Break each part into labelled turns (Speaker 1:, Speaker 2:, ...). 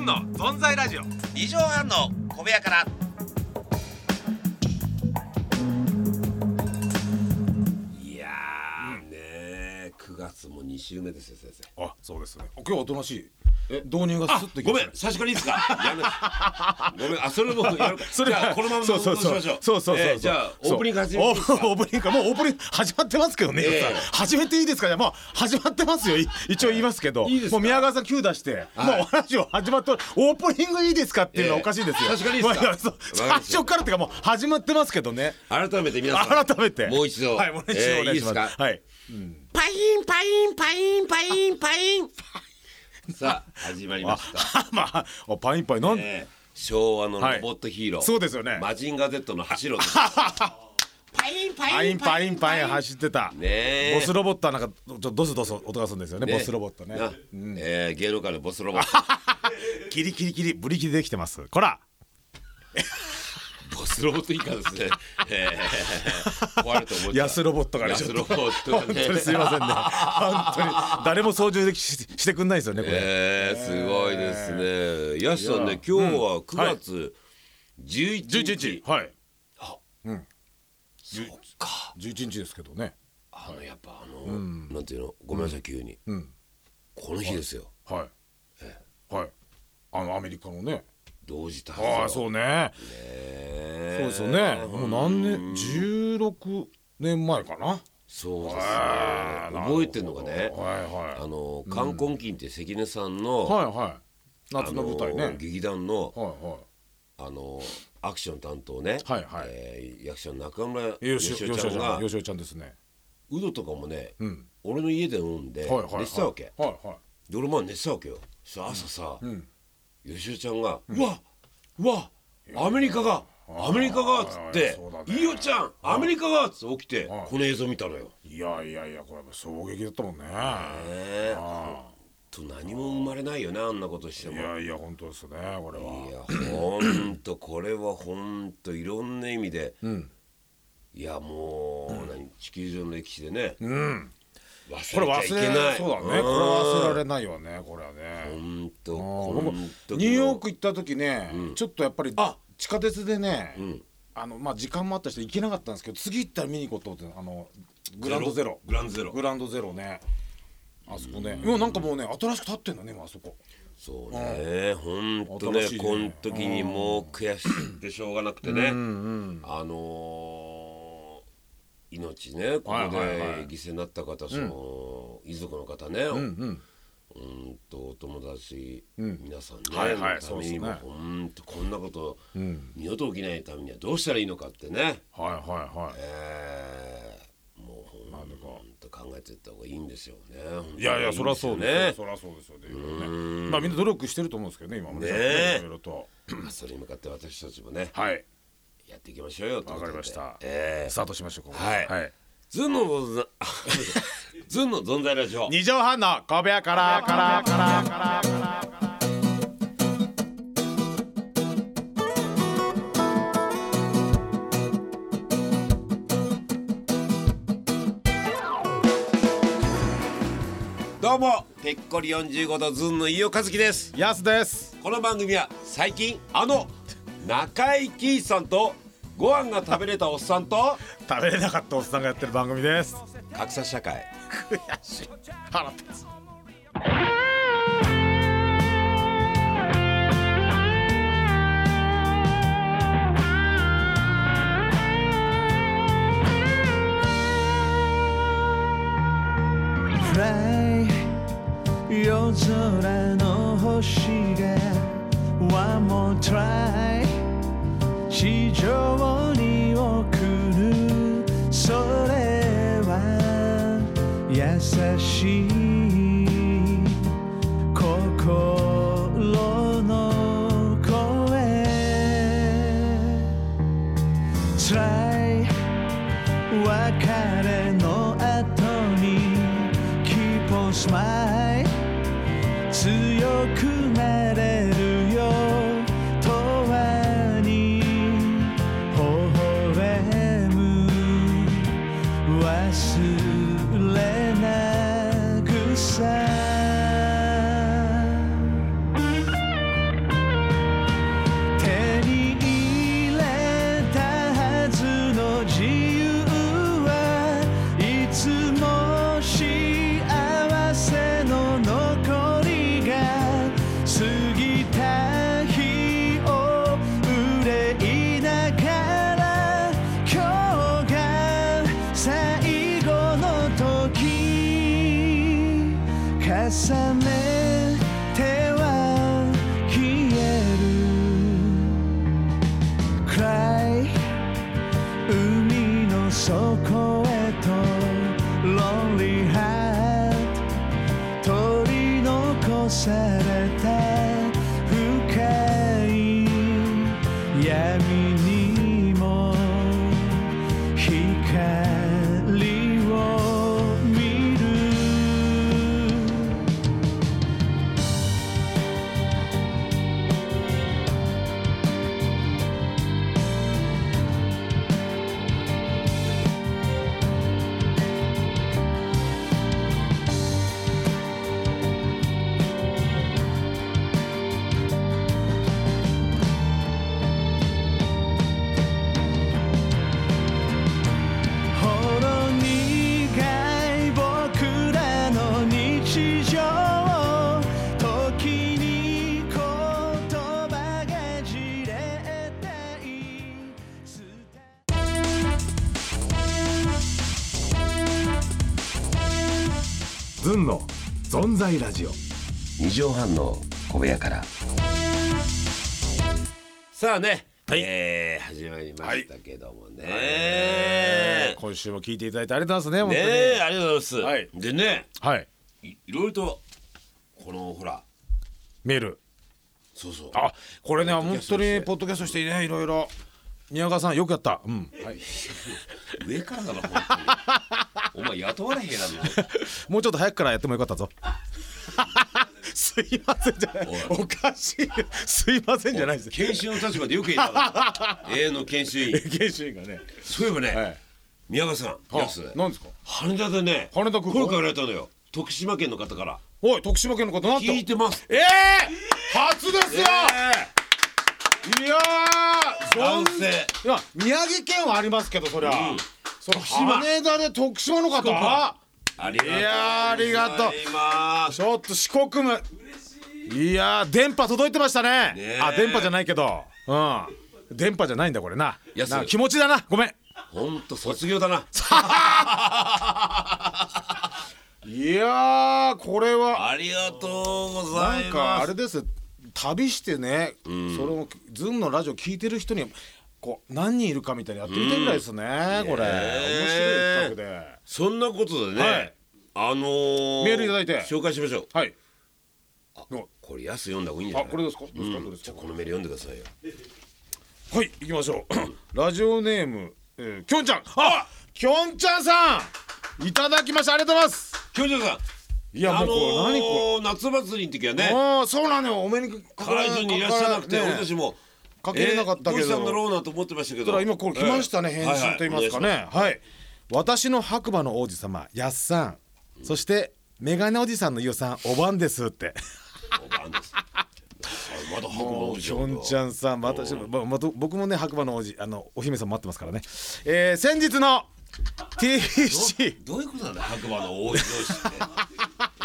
Speaker 1: の存在ラジオ
Speaker 2: 二畳半の小部屋から
Speaker 3: いやーねえ9月も2週目ですよ先生
Speaker 4: あ、そうですね。今日はおとなしい。導入がスッといき
Speaker 3: ご
Speaker 4: ま
Speaker 3: めん
Speaker 4: す
Speaker 3: 最初からいいですかやめごめんあそれもやるか
Speaker 4: それ
Speaker 3: じゃ
Speaker 4: は
Speaker 3: あこのまま
Speaker 4: そうそうそう
Speaker 3: どうしましょう
Speaker 4: そうそうそうそう、
Speaker 3: えーじゃあオープニング始めていいです
Speaker 4: そう
Speaker 3: か
Speaker 4: オープオープニングかもうオープニング始まってますけどね、
Speaker 3: ええ
Speaker 4: 始めていいですかねまあ始まってますよい一応言いますけど
Speaker 3: いいですか
Speaker 4: もう宮川さん急出して、もうお話を始まってオープニングいいですかっていうのはおかしいですよ、
Speaker 3: ええ確かにいいですか
Speaker 4: まあやそう
Speaker 3: わかり
Speaker 4: 最
Speaker 3: ました
Speaker 4: 初からっていうかもう始まってますけどね
Speaker 3: 改めて皆さん
Speaker 4: 改めて
Speaker 3: もう一度
Speaker 4: はいもう一度
Speaker 3: えー
Speaker 4: お願いします,、
Speaker 3: いいですか
Speaker 4: はい
Speaker 2: パインパインパインパインパイン
Speaker 3: さあ始まりま
Speaker 4: あ
Speaker 3: した、
Speaker 4: まああパインパイなん、
Speaker 3: えー昭和のロボットヒーロー、
Speaker 4: そうですよね
Speaker 3: マジンガー Z の走ろう
Speaker 2: パイン
Speaker 4: パ
Speaker 2: パ
Speaker 4: イ
Speaker 2: イン
Speaker 4: ンパ
Speaker 2: パイ
Speaker 4: イン
Speaker 2: ン
Speaker 4: パ
Speaker 2: パ
Speaker 4: イ
Speaker 2: イ
Speaker 4: ン
Speaker 2: ン
Speaker 4: 走ってた、
Speaker 3: ねえ
Speaker 4: ボスロボットはなんかちょっとドスドス音がするんですよねボスロボットね
Speaker 3: なえー芸能界のボスロボッ
Speaker 4: キリキリキリブリキリできてますこら
Speaker 3: トボスロボット以下ですね、えー、壊れて思っちゃう
Speaker 4: 安ロボットがねちょ
Speaker 3: 安
Speaker 4: っ
Speaker 3: ロ
Speaker 4: と
Speaker 3: ボット
Speaker 4: 本
Speaker 3: がね
Speaker 4: 当にすいませんね本当に誰も操縦できししてくんないですよねこれ、
Speaker 3: えー、すごいですね。やしさんね、今日は9月11日。
Speaker 4: はい
Speaker 3: そっか。
Speaker 4: 11日ですけどね
Speaker 3: あの、やっぱあの、なんていうの、ごめんなさい、急に。
Speaker 4: うん
Speaker 3: この日ですよ。
Speaker 4: はい、はいあのアメリカのね
Speaker 3: 同時多発。
Speaker 4: ああそうね
Speaker 3: え
Speaker 4: そうですよねもう何年16年前かな
Speaker 3: そうですね。
Speaker 4: あー
Speaker 3: 覚えてんのがね、
Speaker 4: はいはい
Speaker 3: あの、冠婚金って関根さんの、
Speaker 4: はいはい
Speaker 3: あ
Speaker 4: 夏の舞台ね、
Speaker 3: 劇団の、
Speaker 4: はいはい
Speaker 3: あの、アクション担当ね、
Speaker 4: はいはい
Speaker 3: えー役者の中村
Speaker 4: よ
Speaker 3: 義
Speaker 4: し
Speaker 3: 雄
Speaker 4: よし
Speaker 3: ち
Speaker 4: お
Speaker 3: ゃん
Speaker 4: ちゃ
Speaker 3: が
Speaker 4: ん、よしおちゃんですね。
Speaker 3: ウドとかもね、
Speaker 4: うん。
Speaker 3: 俺の家で飲んで、
Speaker 4: はいはい、はい。
Speaker 3: 寝てたわけ。
Speaker 4: はいはい。
Speaker 3: で俺まあ寝てたわけよそしたら朝さ、
Speaker 4: ん
Speaker 3: よしおちゃんが「うわうわアメリカがアメリカが」っつっ
Speaker 4: あー
Speaker 3: て
Speaker 4: そう
Speaker 3: 「
Speaker 4: だね
Speaker 3: いいよちゃんアメリカが」っつって起きて
Speaker 4: はい
Speaker 3: この映像見たのよ。
Speaker 4: いやいやいや、これは衝撃だったもんね。
Speaker 3: ええと何も生まれないよねあんなことして
Speaker 4: い
Speaker 3: も。
Speaker 4: やいや、本当ですね、これ
Speaker 3: い
Speaker 4: は。
Speaker 3: やほんとこれはほんといろんな意味で
Speaker 4: うん。
Speaker 3: いやもう、何地球上の歴史でね
Speaker 4: うん。こ
Speaker 3: 忘
Speaker 4: れ
Speaker 3: れ
Speaker 4: 忘
Speaker 3: ち
Speaker 4: れ
Speaker 3: ゃいけない
Speaker 4: そうだね。これは忘れられないよね、これは
Speaker 3: ほ
Speaker 4: ね。
Speaker 3: んと
Speaker 4: あ
Speaker 3: こ
Speaker 4: ー
Speaker 3: の
Speaker 4: 僕
Speaker 3: 時の
Speaker 4: ニューヨーク行った時ね、ちょっとやっぱり
Speaker 3: あ
Speaker 4: 地下鉄でね、
Speaker 3: ん
Speaker 4: あのまあ時間もあったし行けなかったんですけど次行ったら見に行こうと思ってあのグランドゼロ
Speaker 3: グランドゼロ
Speaker 4: グランドゼロねあそこねもうなんかもうね新しく立ってんだね今あそこ
Speaker 3: そうね、ほんと
Speaker 4: 新
Speaker 3: ね
Speaker 4: しいね
Speaker 3: この時にもう悔しくてしょうがなくてね、あのー命ねここで
Speaker 4: はいはいはい
Speaker 3: 犠牲になった方、その遺族の方ね、うんとお友達、皆さんね、
Speaker 4: はいはい
Speaker 3: のために
Speaker 4: そうです
Speaker 3: も
Speaker 4: ね
Speaker 3: ほんとこんなこと、二度と起きないためにはどうしたらいいのかってね、
Speaker 4: はいはいはい
Speaker 3: えーもうほんと考えていった方がいいんですよね。
Speaker 4: いやいや、そりゃそう
Speaker 3: ね
Speaker 4: ですよ。そりゃそうですよね。いろいろねまあ、みんな努力してると思うんですけどね、今もね。
Speaker 3: ねえ
Speaker 4: いろいろと。
Speaker 3: それに向かって私たちもね
Speaker 4: はい。
Speaker 3: やっていきましょうよということ
Speaker 4: わか
Speaker 3: で
Speaker 4: りました。
Speaker 3: えー
Speaker 4: スタートしましょう。ここで
Speaker 3: はい
Speaker 4: はい。
Speaker 3: ズンの存 在、あズンの存在ラジ オ。
Speaker 4: 二畳半の小部屋から、から、から、から。
Speaker 3: どうも、ぺっこり45度ズンの飯尾和樹です。
Speaker 4: やすです。
Speaker 3: この番組は最近あの中井貴一さんとご飯が食べれたおっさん と
Speaker 4: 食べれなかったおっさんがやってる番組です。
Speaker 3: 格差社会。
Speaker 4: 悔しい。腹立つ。
Speaker 5: 暗い夜空の星が One more try 地上に送るそれは優しい心の声辛い別れの後に Keep on smile 強くなれるよ永遠に微笑む忘れなくさ重ねては消える暗い海の底へとロンリーハート取り残された深い闇にも光を見るほろ苦い僕らの日常時に言葉がじれったい
Speaker 1: ずんの存在ラジオ
Speaker 3: 二畳半の小部屋から。さあね、えー始まりましたけどもね。ね
Speaker 4: 今週も聞いていただいてありがとうございますね本
Speaker 3: え、ありがとうございます。
Speaker 4: はい
Speaker 3: でね、
Speaker 4: 当にはい
Speaker 3: いいろいろとこのほら、
Speaker 4: メール
Speaker 3: そうそう。
Speaker 4: あこれね本当に
Speaker 3: ポ
Speaker 4: ポッドキャストしてねいろいろ宮川さんよくやったうん、はい、
Speaker 3: 上からだな本当に。お前雇われへんやなの。
Speaker 4: もうちょっと早くからやってもよかったぞ すいませんじゃないおかしいすいませんじゃないです
Speaker 3: 研修の立場でよく言ったな。A の研修員。
Speaker 4: 研修員がね
Speaker 3: そういえばね、
Speaker 4: はい
Speaker 3: 宮川さん、やす
Speaker 4: 何ですか
Speaker 3: 羽田でね、
Speaker 4: 羽田空港
Speaker 3: 声かけられたのよ。徳島県の方から
Speaker 4: おい徳島県のことなんと
Speaker 3: 聞いてます。
Speaker 4: ええ初ですよ、いやー
Speaker 3: 男
Speaker 4: 存
Speaker 3: 性。
Speaker 4: いや宮城県はありますけどそりゃ、
Speaker 3: ん
Speaker 4: その羽田で徳島の方あ
Speaker 3: ありがとうござい
Speaker 4: いやーありがとう
Speaker 3: ます
Speaker 4: ちょっと四国もいやー電波届いてましたね
Speaker 3: ねえ
Speaker 4: あ電波じゃないけどうん電波じゃないんだこれない
Speaker 3: やそう
Speaker 4: な気持ちだなごめん
Speaker 3: ほんと卒業だな。
Speaker 4: いやーこれは
Speaker 3: ありがとうござ
Speaker 4: ないんか
Speaker 3: ま
Speaker 4: あ
Speaker 3: す。
Speaker 4: れです旅してね、それをズンのラジオ聞いてる人にこう何人いるかみたいなやってみたいぐらいですね、これ
Speaker 3: ね
Speaker 4: 面
Speaker 3: え
Speaker 4: 白い企画で
Speaker 3: そんなことでね、
Speaker 4: はい
Speaker 3: あのー、
Speaker 4: メールいただいて
Speaker 3: 紹介しましょう。
Speaker 4: はい
Speaker 3: これ安読んだ方がいいんじゃ
Speaker 4: あ
Speaker 3: ない
Speaker 4: これですかどうですか、
Speaker 3: う、
Speaker 4: どうんです
Speaker 3: じ
Speaker 4: か
Speaker 3: ゃあこのメール読んでくださいよ。
Speaker 4: はい行きましょう ラジオネーム、えー、きょんちゃんあきょんちゃんさんいただきましたありがとうございます
Speaker 3: 京女さん、
Speaker 4: いやも
Speaker 3: あ
Speaker 4: う
Speaker 3: の
Speaker 4: これ何こ
Speaker 3: ー、夏祭りの時は
Speaker 4: れ、
Speaker 3: ね、
Speaker 4: ああそうなのよお目にか
Speaker 3: 唐津にいらっしゃらなくて、俺たち
Speaker 4: も
Speaker 3: も
Speaker 4: かけれなかったけ
Speaker 3: えーどうしたんだ
Speaker 4: ど
Speaker 3: ろうなと思ってましたけ
Speaker 4: た
Speaker 3: ど
Speaker 4: ら今これ来ましたね、
Speaker 3: えー
Speaker 4: 返信と言いますかね
Speaker 3: は
Speaker 4: はい、私の白馬の王子様やっさんそしてメガネおじさんの伊代さんおばんですって
Speaker 3: いおばあんですあまだ白馬王子
Speaker 4: きょんちゃんさん、私も、まま僕もね、白馬の王子、あの、お姫さん待ってますからね。えー、先日の TBC、
Speaker 3: どどういうことなんだ白馬の王子同士って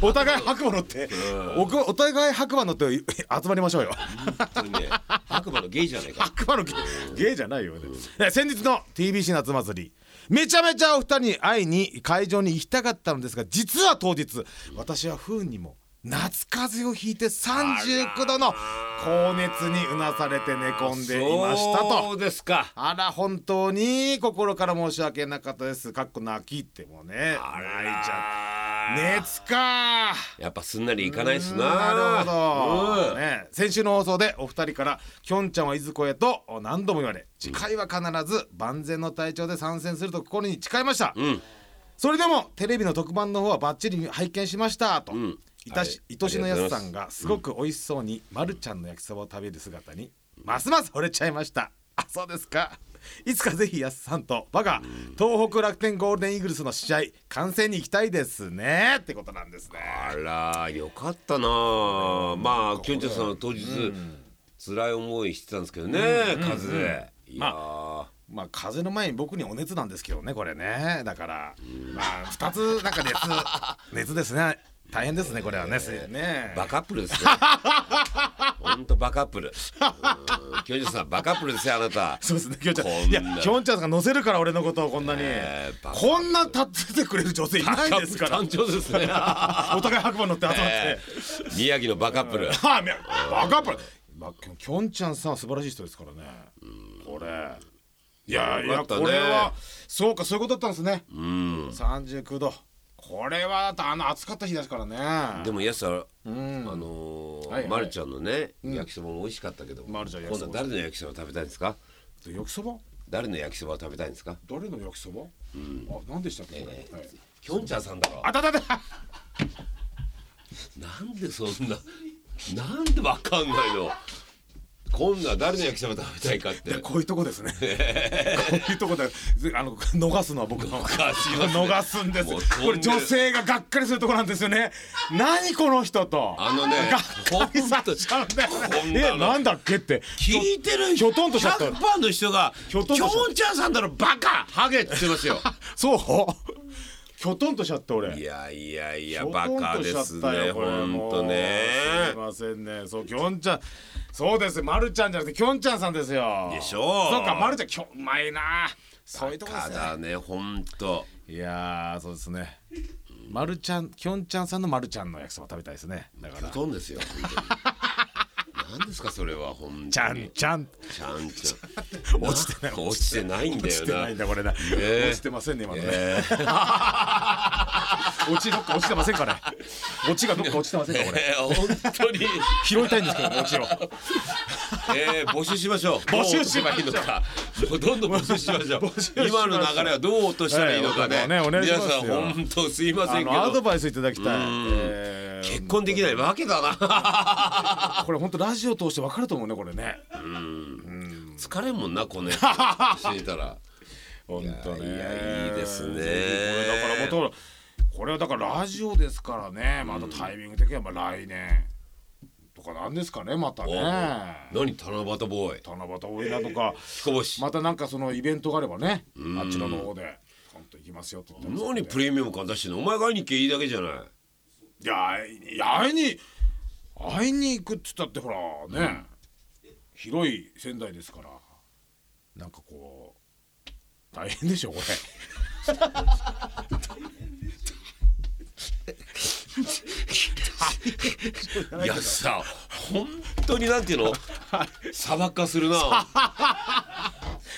Speaker 4: お互い白馬乗って、おくお互い白馬乗って 集まりましょうよ。
Speaker 3: 本 当にね白馬のゲイじゃないか
Speaker 4: 白馬のゲゲイじゃないよ、ね。え先日の TBC 夏祭り。めちゃめちゃお二人に会いに会場に行きたかったのですが実は当日私は不運にも夏風邪をひいて39度の高熱にうなされて寝込んでいましたと
Speaker 3: そうですか
Speaker 4: あら本当に心から申し訳なかったです。かっこ泣きってもうね。
Speaker 3: あら
Speaker 4: 泣いちゃう。
Speaker 3: ね
Speaker 4: 熱か。
Speaker 3: やっぱすんなりいかないっすな
Speaker 4: なるほど、
Speaker 3: うん
Speaker 4: ね。先週の放送でお二人からきょんちゃんはいずこへと何度も言われ、次回は必ず万全の体調で参戦すると心に誓いました。
Speaker 3: ん
Speaker 4: それでもテレビの特番の方はバッチリ拝見しましたと。
Speaker 3: ん
Speaker 4: いたし
Speaker 3: はい
Speaker 4: 愛しのやすさ
Speaker 3: ありがとうござい
Speaker 4: ん
Speaker 3: ま
Speaker 4: がすごく美味しそうにまるちゃんの焼きそばを食べる姿にますます惚れちゃいましたあそうですかいつかぜひやすさんと我が東北楽天ゴールデンイーグルスの試合観戦に行きたいですねってことなんですね
Speaker 3: あらよかったなあまあきょんちゃんさんは当日、辛い思いしてたんですけどね、風で、いやー、
Speaker 4: まあ風邪の前に僕にお熱なんですけどねこれねだからまあ2つなんか 熱熱ですね大変ですねこれはねね
Speaker 3: バカップルですね。本当バカップル。うん教授さんバカップルですよあなた。
Speaker 4: そうですねきょんちゃん
Speaker 3: こんない
Speaker 4: やきょんちゃんが載せるから俺のことをこんなに、
Speaker 3: えーバカ
Speaker 4: こんな立ててくれる女性いないですから
Speaker 3: 誕生 ですね。
Speaker 4: お互い白馬乗って集まって、
Speaker 3: えー宮城のバカップル。
Speaker 4: はあ、みゃバカっぱまあ、きょきょんちゃんさんは素晴らしい人ですからね。これ。いやい
Speaker 3: よか
Speaker 4: や、
Speaker 3: ったね
Speaker 4: これは、そうか、そういうことだったんですね。三十九度。これは、だってあの暑かった日ですからね。
Speaker 3: でもやさん、
Speaker 4: ん
Speaker 3: あのー
Speaker 4: はいはい
Speaker 3: まるちゃんのね、焼きそばも美味しかったけど、
Speaker 4: まるちゃん焼
Speaker 3: 今
Speaker 4: きそ
Speaker 3: 度
Speaker 4: ば
Speaker 3: は誰の焼きそば食べたいんですか
Speaker 4: で焼きそば。
Speaker 3: 誰の焼きそばを食べたいんですか
Speaker 4: 誰の焼きそば。あ、なんでしたっけ、これ。はい
Speaker 3: きょんちゃんさんだろ
Speaker 4: あたたた。
Speaker 3: なんでそんななんでわかんないの今度は誰の焼きそば食べたいかって
Speaker 4: で、こういうとこですね。こういうとこだ。ぜあの、逃すのは僕の。
Speaker 3: かしいわ
Speaker 4: 逃すんです
Speaker 3: もう飛んで。る
Speaker 4: これ女性ががっかりするとこなんですよね。何この人と。
Speaker 3: あのね
Speaker 4: がっかりされちゃうんだよ
Speaker 3: ほんと
Speaker 4: ね。え、なんだっけって。
Speaker 3: 聞いてる
Speaker 4: ひょとんとしちゃった
Speaker 3: 100パーの人が「き
Speaker 4: ょ
Speaker 3: ょ
Speaker 4: とんとしちゃった
Speaker 3: んちゃんさんだろバカハゲ」って言ってますよ
Speaker 4: そうきょとんとしちゃった俺
Speaker 3: いやいやい
Speaker 4: い
Speaker 3: やバカですねほんとね
Speaker 4: すいませんねそうきょんちゃんそうですまるちゃんじゃなくてきょんちゃんさんですよ
Speaker 3: でしょう
Speaker 4: そうかまるちゃんきょうまいなそういうとこで
Speaker 3: た
Speaker 4: すね
Speaker 3: だねほんと
Speaker 4: いやーそうですねまるちゃんきょんちゃんさんのまるちゃんの焼きそば食べたいですねだか
Speaker 3: きょ
Speaker 4: ら
Speaker 3: とんですよ 何ですかそれはほんとに
Speaker 4: ちゃんちゃん
Speaker 3: ちゃんちゃ
Speaker 4: 落ちてない
Speaker 3: ん落ちてないんだ
Speaker 4: 落ちてな
Speaker 3: よ
Speaker 4: いん
Speaker 3: な
Speaker 4: だこれな、
Speaker 3: え
Speaker 4: 落ちてませんね今のね、 落ちどっか落ちてませんかね落ちがどっか落ちてませんかこれ
Speaker 3: えー本当に
Speaker 4: 拾いたいんですけど落ちを
Speaker 3: えー、募集しましょう。
Speaker 4: 募集しましょ
Speaker 3: どう落
Speaker 4: う
Speaker 3: とせばいいのか。もうどんどん募集しましょう。
Speaker 4: 集しましょう
Speaker 3: 今の流れはどう落としたらいいのかね。
Speaker 4: はいお願いし
Speaker 3: 皆
Speaker 4: ます
Speaker 3: さ
Speaker 4: よ
Speaker 3: ん本当すいませ
Speaker 4: あ
Speaker 3: んけ
Speaker 4: のアド
Speaker 3: ど。
Speaker 4: バイスいただきたい、えー
Speaker 3: 結婚できないわけだな。
Speaker 4: これ本当ラジオ通して分かると思うねこれね
Speaker 3: 疲れんもんなこのやつ。していたら。
Speaker 4: 本当ね
Speaker 3: いやいいですね
Speaker 4: ぜひこれだからもうこれはだからラジオですからねまたタイミング的にはまあ来年とかなんですかねまたね
Speaker 3: おう何七夕ボーイ。
Speaker 4: 七夕お稲とか
Speaker 3: 彦星。
Speaker 4: またなんかそのイベントがあればねあっちらの方で本当行きますよって言ってますんで
Speaker 3: 何プレミアム感出してんのお前が会いに行けばいいだけじゃない
Speaker 4: いやいや会いに会いに行くっつったってほらね、広い仙台ですからなんかこう大変でしょこれ
Speaker 3: いやさ本当になんて いうの砂漠化するな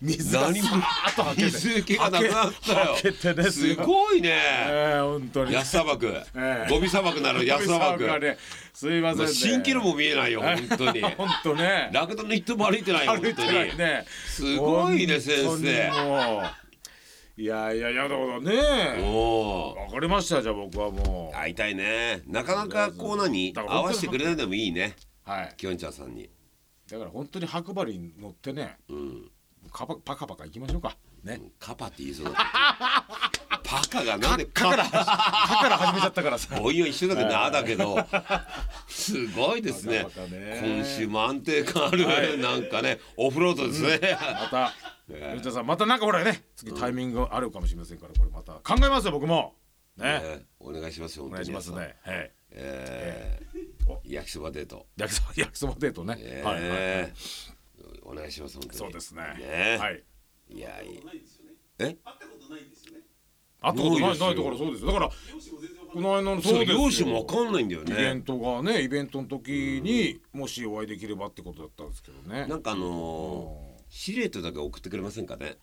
Speaker 4: 水が
Speaker 3: 何
Speaker 4: さ
Speaker 3: も
Speaker 4: ーっとはけて
Speaker 3: 水気がなくなったよ
Speaker 4: はけてね
Speaker 3: すごいね
Speaker 4: ええ本当に
Speaker 3: 安砂漠、
Speaker 4: ええ
Speaker 3: ゴミ砂漠なの安砂漠
Speaker 4: がねすいませんね
Speaker 3: 新キロも見えないよ本当に
Speaker 4: 本当ね
Speaker 3: ラクダの一頭も歩いてないよ本
Speaker 4: 歩いて
Speaker 3: 当に
Speaker 4: ないね
Speaker 3: すごいね先生
Speaker 4: 本当にもういやいやいやだから
Speaker 3: お
Speaker 4: ね
Speaker 3: お
Speaker 4: わかりましたじゃあ僕はも
Speaker 3: 会いたいねなかなかこう何
Speaker 4: だから
Speaker 3: 合わせてくれないでもいいね
Speaker 4: うはい
Speaker 3: きょんちゃんさんに
Speaker 4: だから本当に白馬に乗ってね、カパパカパカ行きましょうか。ね。
Speaker 3: カパって言いそうだ パカがなんでカ
Speaker 4: カからカから始めちゃったからさ。
Speaker 3: 母音は一緒だけどなだけ どすごいですね
Speaker 4: パカパカね
Speaker 3: 今週も安定感ある、なんかねオフロードですね、
Speaker 4: また、ゆうたさんまたなんかほらね、次タイミングあるかもしれませんからこれまた考えますよ僕も。ね。
Speaker 3: ええお願いしますよ
Speaker 4: お願いしますね。はい。
Speaker 3: えー、焼きそばデート、
Speaker 4: 焼きそば 焼きそばデートね。
Speaker 3: え
Speaker 4: はいはい。
Speaker 3: ーお願いします本当に
Speaker 4: そうですね。
Speaker 3: ね
Speaker 4: はい。
Speaker 3: いやいいえ
Speaker 4: あったことな
Speaker 3: 多いで
Speaker 4: い
Speaker 3: すよ
Speaker 4: ないところそうですよ。だからこの間の
Speaker 3: そう
Speaker 4: ですよ
Speaker 3: 容姿もわかんないんだよ
Speaker 4: イベ
Speaker 3: ね
Speaker 4: ントがねイベントの時にもしお会いできればってことだったんですけどね。
Speaker 3: なんかあのー、シルエットだけ送ってくれませんかね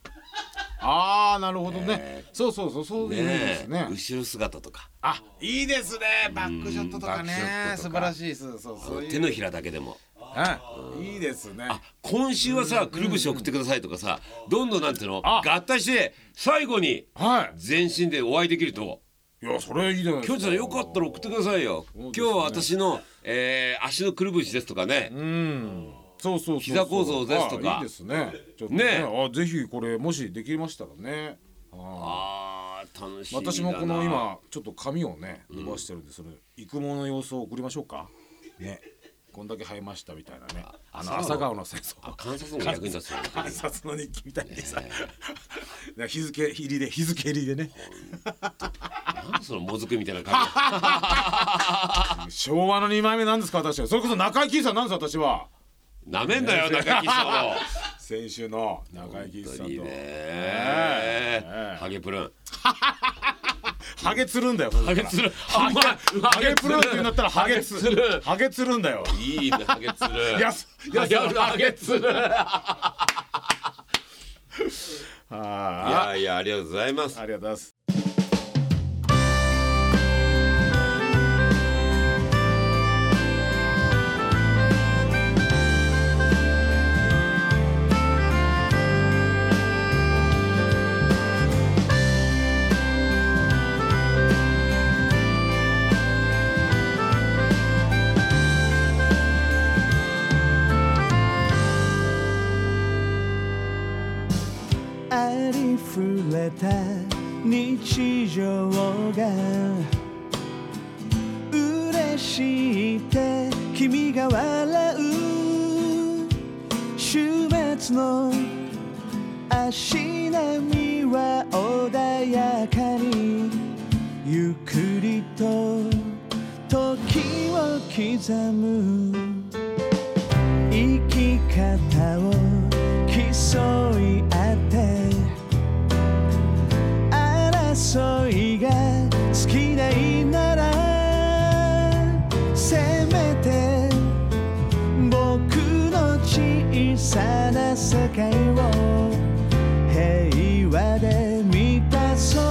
Speaker 4: ああなるほどね、
Speaker 3: ね
Speaker 4: そうそうそうそういう意味ですね
Speaker 3: ねえ後ろ姿とか
Speaker 4: あいいですねバックショットと
Speaker 3: う
Speaker 4: かね
Speaker 3: んバックショットと
Speaker 4: 素
Speaker 3: か
Speaker 4: 晴らしいそうそうそういう
Speaker 3: 手のひらだけでも
Speaker 4: はいいいですね
Speaker 3: あ今週はさくるぶし送ってくださいとかさどんどんなんていうの
Speaker 4: あ
Speaker 3: 合体して最後に
Speaker 4: は
Speaker 3: 全身でお会いできると
Speaker 4: いいやそれいいじゃないです
Speaker 3: きょんちゃんよかったら送ってくださいよ、今日は私の、えー、足のくるぶしですとかね、
Speaker 4: そうそうそうそう
Speaker 3: 膝構造ですとか
Speaker 4: あいいですねちょっとね
Speaker 3: ね
Speaker 4: あぜひこれもしできましたらねあ
Speaker 3: あー楽しみだな
Speaker 4: 私もこの今ちょっと髪をね伸ばしてるんでそれ育毛の様子を送りましょうかねこんだけ生えましたみたいなねあの朝顔の戦争
Speaker 3: あ観察の方が役に立つよ本当に
Speaker 4: 観察の日 記みたいにさ、日付入りで日付入りでね
Speaker 3: なんでそのもずくみたいな感
Speaker 4: 昭和の二枚目なんですか私はそれこそ中井貴一さんなんです私は
Speaker 3: じなめんなよ中木さんを
Speaker 4: 先週の中井貴一さ ん
Speaker 3: いい
Speaker 4: と
Speaker 3: ね
Speaker 4: え
Speaker 3: ハゲプルン
Speaker 4: ハゲつるんだよハ
Speaker 3: ゲつる
Speaker 4: ハゲハゲプルンって言うんだったらハゲつ
Speaker 3: ハゲつる
Speaker 4: ハゲつるんだよ
Speaker 3: いいねハゲつる
Speaker 4: やすやす
Speaker 3: やハゲつるい
Speaker 4: あ
Speaker 3: やいやありがとうございます
Speaker 4: ーありがとうございます
Speaker 5: ありふれた日常が嬉しいって君が笑う週末の足並みは穏やかにゆっくりと時を刻む生き方を競い合って争いが尽きないならせめて僕の小さな世界を平和で満たそう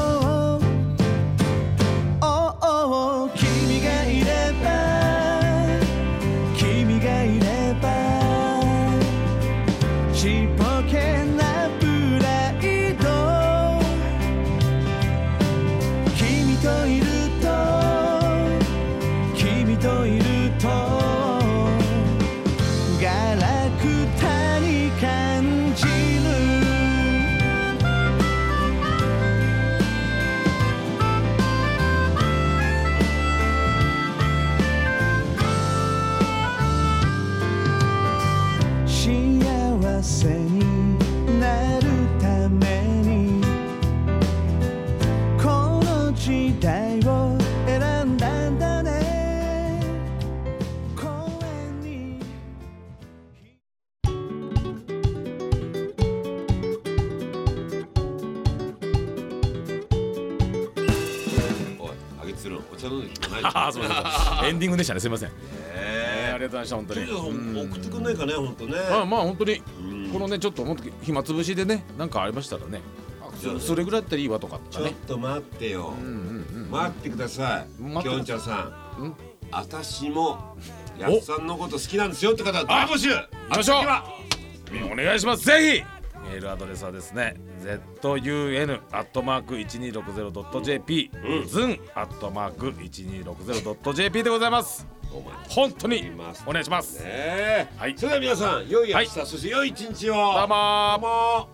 Speaker 5: おうおう君がいれば君がいればちっぽけなプライド君といると君といるとがらくたに感じる幸せになるためにこの時代を選んだんだね公園に
Speaker 3: おいハゲつるんお茶飲んできて ない
Speaker 4: あーすみませんエンディングでしたねすみませんえーありがとうございました本当
Speaker 3: と
Speaker 4: に
Speaker 3: にかく送ってくんないかね本当ね
Speaker 4: まあまあ本当に
Speaker 3: うん
Speaker 4: このねちょっと本当に暇つぶしでねなんかありましたらねあ
Speaker 3: そうだね
Speaker 4: それぐらいだったらいいわとか
Speaker 3: ちょっ
Speaker 4: ね
Speaker 3: と待ってよ
Speaker 4: うんうん
Speaker 3: 待ってください
Speaker 4: 待
Speaker 3: き
Speaker 4: って
Speaker 3: ょんちゃんさん私もやっさんのこと好きなんですよって方
Speaker 4: あ
Speaker 3: 大募集
Speaker 4: うん行きましょうお願いしますぜひメールアドレスはですね zun アットマーク 1260.jp ズンアットマーク 1260.jp でございます
Speaker 3: お前
Speaker 4: 本当に
Speaker 3: ます
Speaker 4: お願いします
Speaker 3: ええ
Speaker 4: はい
Speaker 3: それでは皆さん良い明
Speaker 4: はい
Speaker 3: 日そして良い一日を
Speaker 4: どうもー
Speaker 3: どうも